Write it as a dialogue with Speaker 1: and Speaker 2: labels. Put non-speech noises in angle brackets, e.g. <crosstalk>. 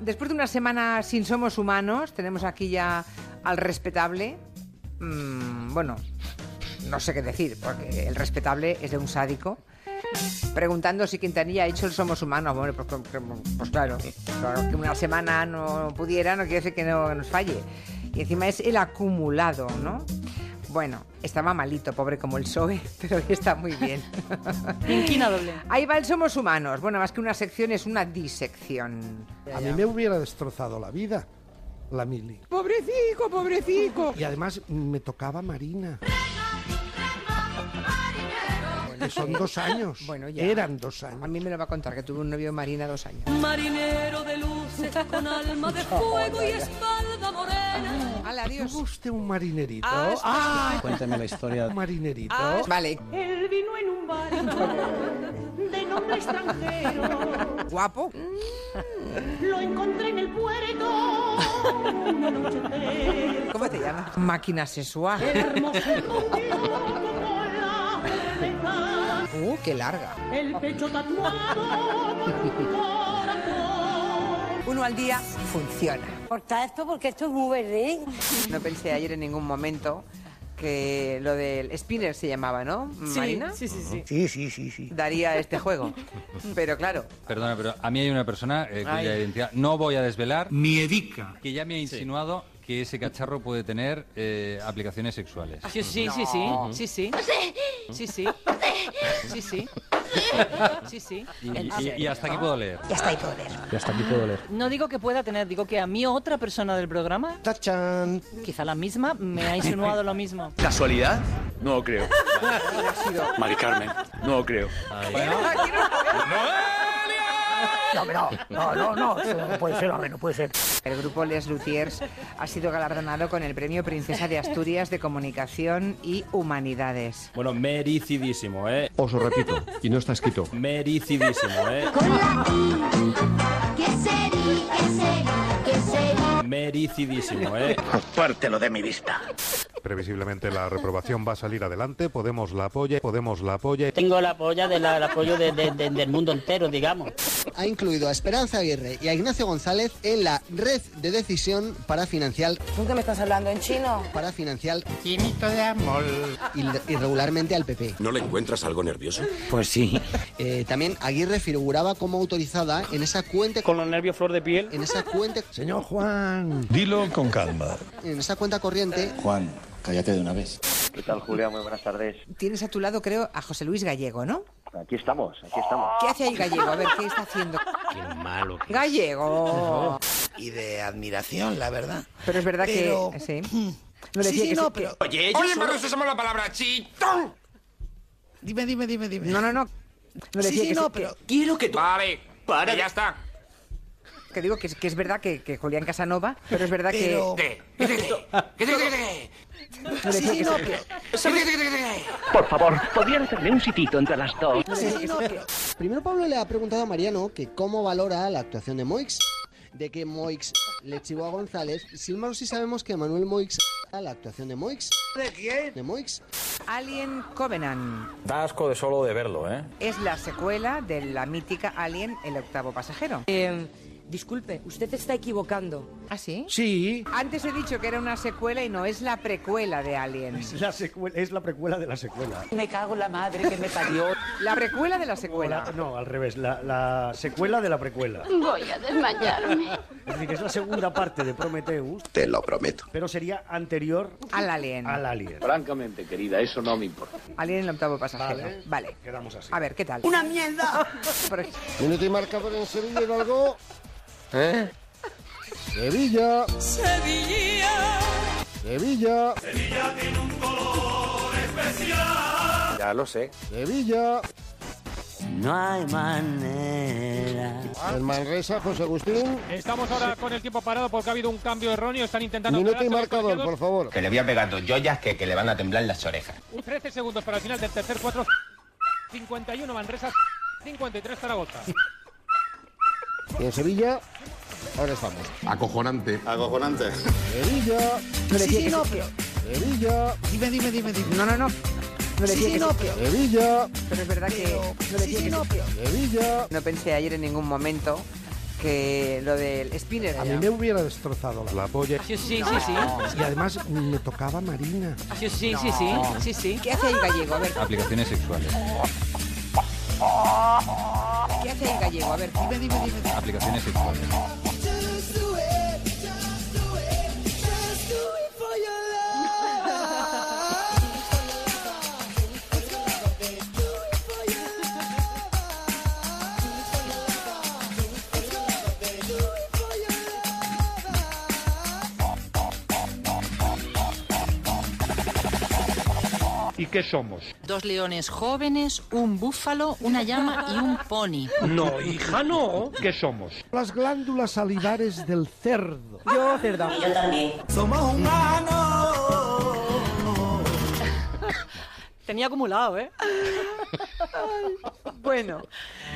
Speaker 1: Después de una semana sin Somos Humanos, tenemos aquí ya al respetable. Mm, bueno, no sé qué decir, porque el respetable es de un sádico. Preguntando si Quintanilla ha hecho el Somos Humanos. Hombre, pues, pues, pues claro, claro, que una semana no pudiera no quiere decir que no nos falle. Y encima es el acumulado, ¿no? Bueno, estaba malito, pobre como el PSOE, <laughs> pero hoy está muy bien.
Speaker 2: Inquina doble.
Speaker 1: Ahí va el Somos Humanos. Bueno, más que una sección es una disección.
Speaker 3: A mí me hubiera destrozado la vida la mili.
Speaker 1: Pobrecico, pobrecico.
Speaker 3: Y además me tocaba Marina.
Speaker 1: <laughs>
Speaker 3: Bueno, son dos años.
Speaker 1: Bueno, ya.
Speaker 3: Eran dos
Speaker 1: A
Speaker 3: años.
Speaker 1: mí me lo va a contar que tuve un novio Marina dos años.
Speaker 4: Marinero de luces con alma de fuego y espalda morena.
Speaker 1: Hala, adiós.
Speaker 3: ¿Tuvo usted un marinerito?
Speaker 1: Ah, está
Speaker 3: ¡Ah!
Speaker 5: Cuéntame la historia.
Speaker 3: Un marinerito.
Speaker 1: Ah, vale.
Speaker 6: Él vino en un barco de nombre extranjero.
Speaker 1: Guapo.
Speaker 6: Lo encontré en el puerto una noche de
Speaker 1: ¿Cómo te llamas? Máquina sexual.
Speaker 6: hermoso como la cerveza.
Speaker 1: Uh, qué larga.
Speaker 6: El pecho tatuado por un corazón.
Speaker 1: Uno al día funciona.
Speaker 2: Corta esto porque esto es muy verde. ¿eh?
Speaker 1: No pensé ayer en ningún momento que lo del spinner se llamaba, ¿no? Marina.
Speaker 2: Sí, sí, sí.
Speaker 7: Sí, sí, sí, sí.
Speaker 1: Daría este
Speaker 2: <laughs>
Speaker 1: juego. Pero claro,
Speaker 5: Perdona, pero a mí hay una persona eh, cuya
Speaker 1: Ay.
Speaker 5: identidad no voy a desvelar,
Speaker 3: Mm.
Speaker 7: Miedica.
Speaker 5: que ya me ha insinuado que ese cacharro puede tener eh, aplicaciones sexuales.
Speaker 2: Sí, sí, sí, sí, sí, sí. Sí, sí. Sí, sí. Sí, sí.
Speaker 5: Y, y- y hasta aquí puedo leer.
Speaker 2: No digo que pueda tener, digo que a mí otra persona del programa,
Speaker 3: ¡Tachán!
Speaker 2: quizá la misma, me ha insinuado lo mismo.
Speaker 8: ¿Casualidad? No lo creo. <laughs> Mari Carmen, no lo creo.
Speaker 5: Bueno,
Speaker 7: No, no, no, no, no, eso no puede ser, hombre, no puede ser.
Speaker 1: el grupo Les Luthiers ha sido galardonado con el premio Princesa de Asturias de Comunicación y Humanidades.
Speaker 9: Bueno, mericidísimo, ¿eh?
Speaker 10: Os lo repito, y no está escrito.
Speaker 9: Mericidísimo, ¿eh? Mericidísimo, ¿eh?
Speaker 8: Pártelo de mi vista.
Speaker 10: Previsiblemente la reprobación va a salir adelante. Podemos la apoya, Podemos la apoya.
Speaker 6: Tengo la polla del apoyo del mundo entero, digamos.
Speaker 11: ha incluido a Esperanza Aguirre y a Ignacio González en la red de decisión para financiar
Speaker 2: ¿Tú qué me estás hablando en chino?
Speaker 11: para financiar il- irregularmente al PP.
Speaker 8: ¿No le encuentras algo nervioso?
Speaker 7: Pues sí.
Speaker 11: Eh, también Aguirre figuraba como autorizada en esa cuenta
Speaker 6: Con los nervios flor de piel.
Speaker 11: en esa cuenta
Speaker 3: Señor Juan.
Speaker 10: Dilo con calma.
Speaker 11: en esa cuenta corriente
Speaker 8: Juan, cállate de una vez.
Speaker 9: ¿Qué tal, Julia? Muy buenas tardes.
Speaker 1: Tienes a tu lado, creo, a José Luis Gallego, ¿no?
Speaker 9: Aquí estamos, aquí estamos.
Speaker 1: ¿Qué hace ahí Gallego? A ver, ¿qué está haciendo?
Speaker 7: Qué malo. que-
Speaker 1: Gallego.
Speaker 7: Y de admiración, la verdad.
Speaker 1: Pero es verdad
Speaker 7: Pero-
Speaker 1: que... Sí.
Speaker 7: No
Speaker 1: No,
Speaker 7: sí,
Speaker 1: decía
Speaker 7: sí,
Speaker 1: que
Speaker 7: no,
Speaker 1: sí,
Speaker 7: pero...
Speaker 8: Oye, ellos Oye, me usamos la palabra chitón.
Speaker 7: Dime, dime, dime, dime.
Speaker 1: no, no, no. No
Speaker 7: sí,
Speaker 1: decía
Speaker 7: sí,
Speaker 1: que
Speaker 7: no,
Speaker 1: que-
Speaker 7: pero...
Speaker 8: Quiero que tú... Vale, para. Ya está.
Speaker 1: que digo que es, que es verdad que, que Julián Casanova, pero es verdad
Speaker 7: Pero-
Speaker 1: que...
Speaker 8: ¿Qué? ¿Qué? ¿Qué? ¿Qué? ¿Qué?
Speaker 1: no
Speaker 7: Sí,
Speaker 1: decía
Speaker 7: sí,
Speaker 1: que
Speaker 7: no,
Speaker 1: sí.
Speaker 7: pero...
Speaker 9: Por favor, ¿podrían hacerme un sitito entre las dos?
Speaker 7: Sí, sí, no, pero...
Speaker 11: primero Pablo le ha preguntado a Mariano que cómo valora la actuación de Moix de que Moix le chivó a González sin embargo sí sabemos que Manuel Moix la actuación de Moix
Speaker 7: ¿De quién?
Speaker 11: de Moix
Speaker 1: Alien Covenant
Speaker 9: Da asco de solo de verlo, ¿eh?
Speaker 1: es la secuela de la mítica Alien, el octavo pasajero.
Speaker 2: Eh, Disculpe, usted está equivocando.
Speaker 1: ¿Ah, sí?
Speaker 3: Sí.
Speaker 1: Antes he dicho que era una secuela y no, es la precuela de Alien.
Speaker 3: La secuela, es la precuela de la secuela.
Speaker 2: Me cago en la madre que me parió.
Speaker 1: La precuela de la secuela.
Speaker 3: no, al revés. La, la secuela de la precuela.
Speaker 4: Voy a desmayarme.
Speaker 3: Es decir, es la segunda parte de Prometheus,
Speaker 8: Te lo prometo.
Speaker 3: pero sería anterior
Speaker 1: Al Alien.
Speaker 3: alien.
Speaker 8: Francamente, querida, eso no me importa.
Speaker 1: Alien, el octavo pasajero. Vale.
Speaker 3: Vale. Quedamos así.
Speaker 1: A ver, ¿qué tal? ¡Una mierda!
Speaker 3: Minuto y marcador en Sevilla Hidalgo. ¿Eh? Sevilla,
Speaker 4: Sevilla.
Speaker 3: Sevilla,
Speaker 8: Ya lo sé.
Speaker 3: Sevilla.
Speaker 7: No hay manera.
Speaker 3: El Manresa, José Agustín.
Speaker 9: Estamos ahora con el tiempo parado porque ha habido un cambio erróneo. Están intentando...
Speaker 3: por favor.
Speaker 8: Que le voy a pegar dos joyas que, que le van a temblar las orejas.
Speaker 9: 13 segundos para el final del tercer cuatro. 51 Manresa, 53 Zaragoza.
Speaker 3: Y en Sevilla, ahora estamos.
Speaker 10: Acojonante.
Speaker 3: Sevilla,
Speaker 7: Sí, sí, no, pero...
Speaker 3: Sevilla,
Speaker 7: Dime, dime, dime, dime.
Speaker 1: No, no, no. No
Speaker 7: Sí,
Speaker 1: decía
Speaker 7: sí,
Speaker 1: que
Speaker 7: no,
Speaker 1: sí,
Speaker 7: pero...
Speaker 3: Sevilla,
Speaker 1: pero es verdad que...
Speaker 7: pero-
Speaker 1: No
Speaker 7: Sí,
Speaker 1: decía
Speaker 7: sí,
Speaker 1: que sí.
Speaker 7: no, pero...
Speaker 3: Sevilla.
Speaker 1: No pensé ayer en ningún momento que que lo del spinner.
Speaker 3: A mí me hubiera destrozado la, polla.
Speaker 12: Sí, sí, sí, sí.
Speaker 3: Y además me tocaba Marina.
Speaker 12: Sí, sí, sí, sí,
Speaker 1: No.
Speaker 12: sí, sí.
Speaker 1: ¿Qué hace el gallego? A ver,
Speaker 5: Aplicaciones sexuales.
Speaker 1: ¿qué hace el gallego? A ver, dime, dime, dime.
Speaker 5: Aplicaciones sexuales.
Speaker 8: ¿Y qué somos?
Speaker 2: Dos leones jóvenes, un búfalo, una llama y un pony.
Speaker 8: No, hija, no. ¿Qué somos?
Speaker 3: Las glándulas salivares del cerdo. Yo, cerdo.
Speaker 2: Yo también.
Speaker 3: Somos
Speaker 12: Tenía acumulado, ¿eh? bueno.